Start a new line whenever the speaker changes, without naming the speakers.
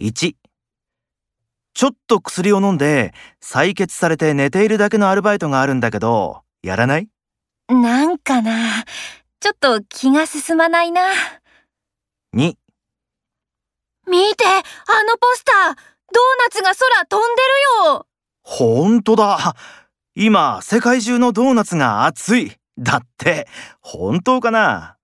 1ちょっと薬を飲んで採血されて寝ているだけのアルバイトがあるんだけどやらない
なんかな。ちょっと気が進まないな。
?2
見てあのポスタードーナツが空飛んでるよ
ほんとだ今世界中のドーナツが熱いだって本当かな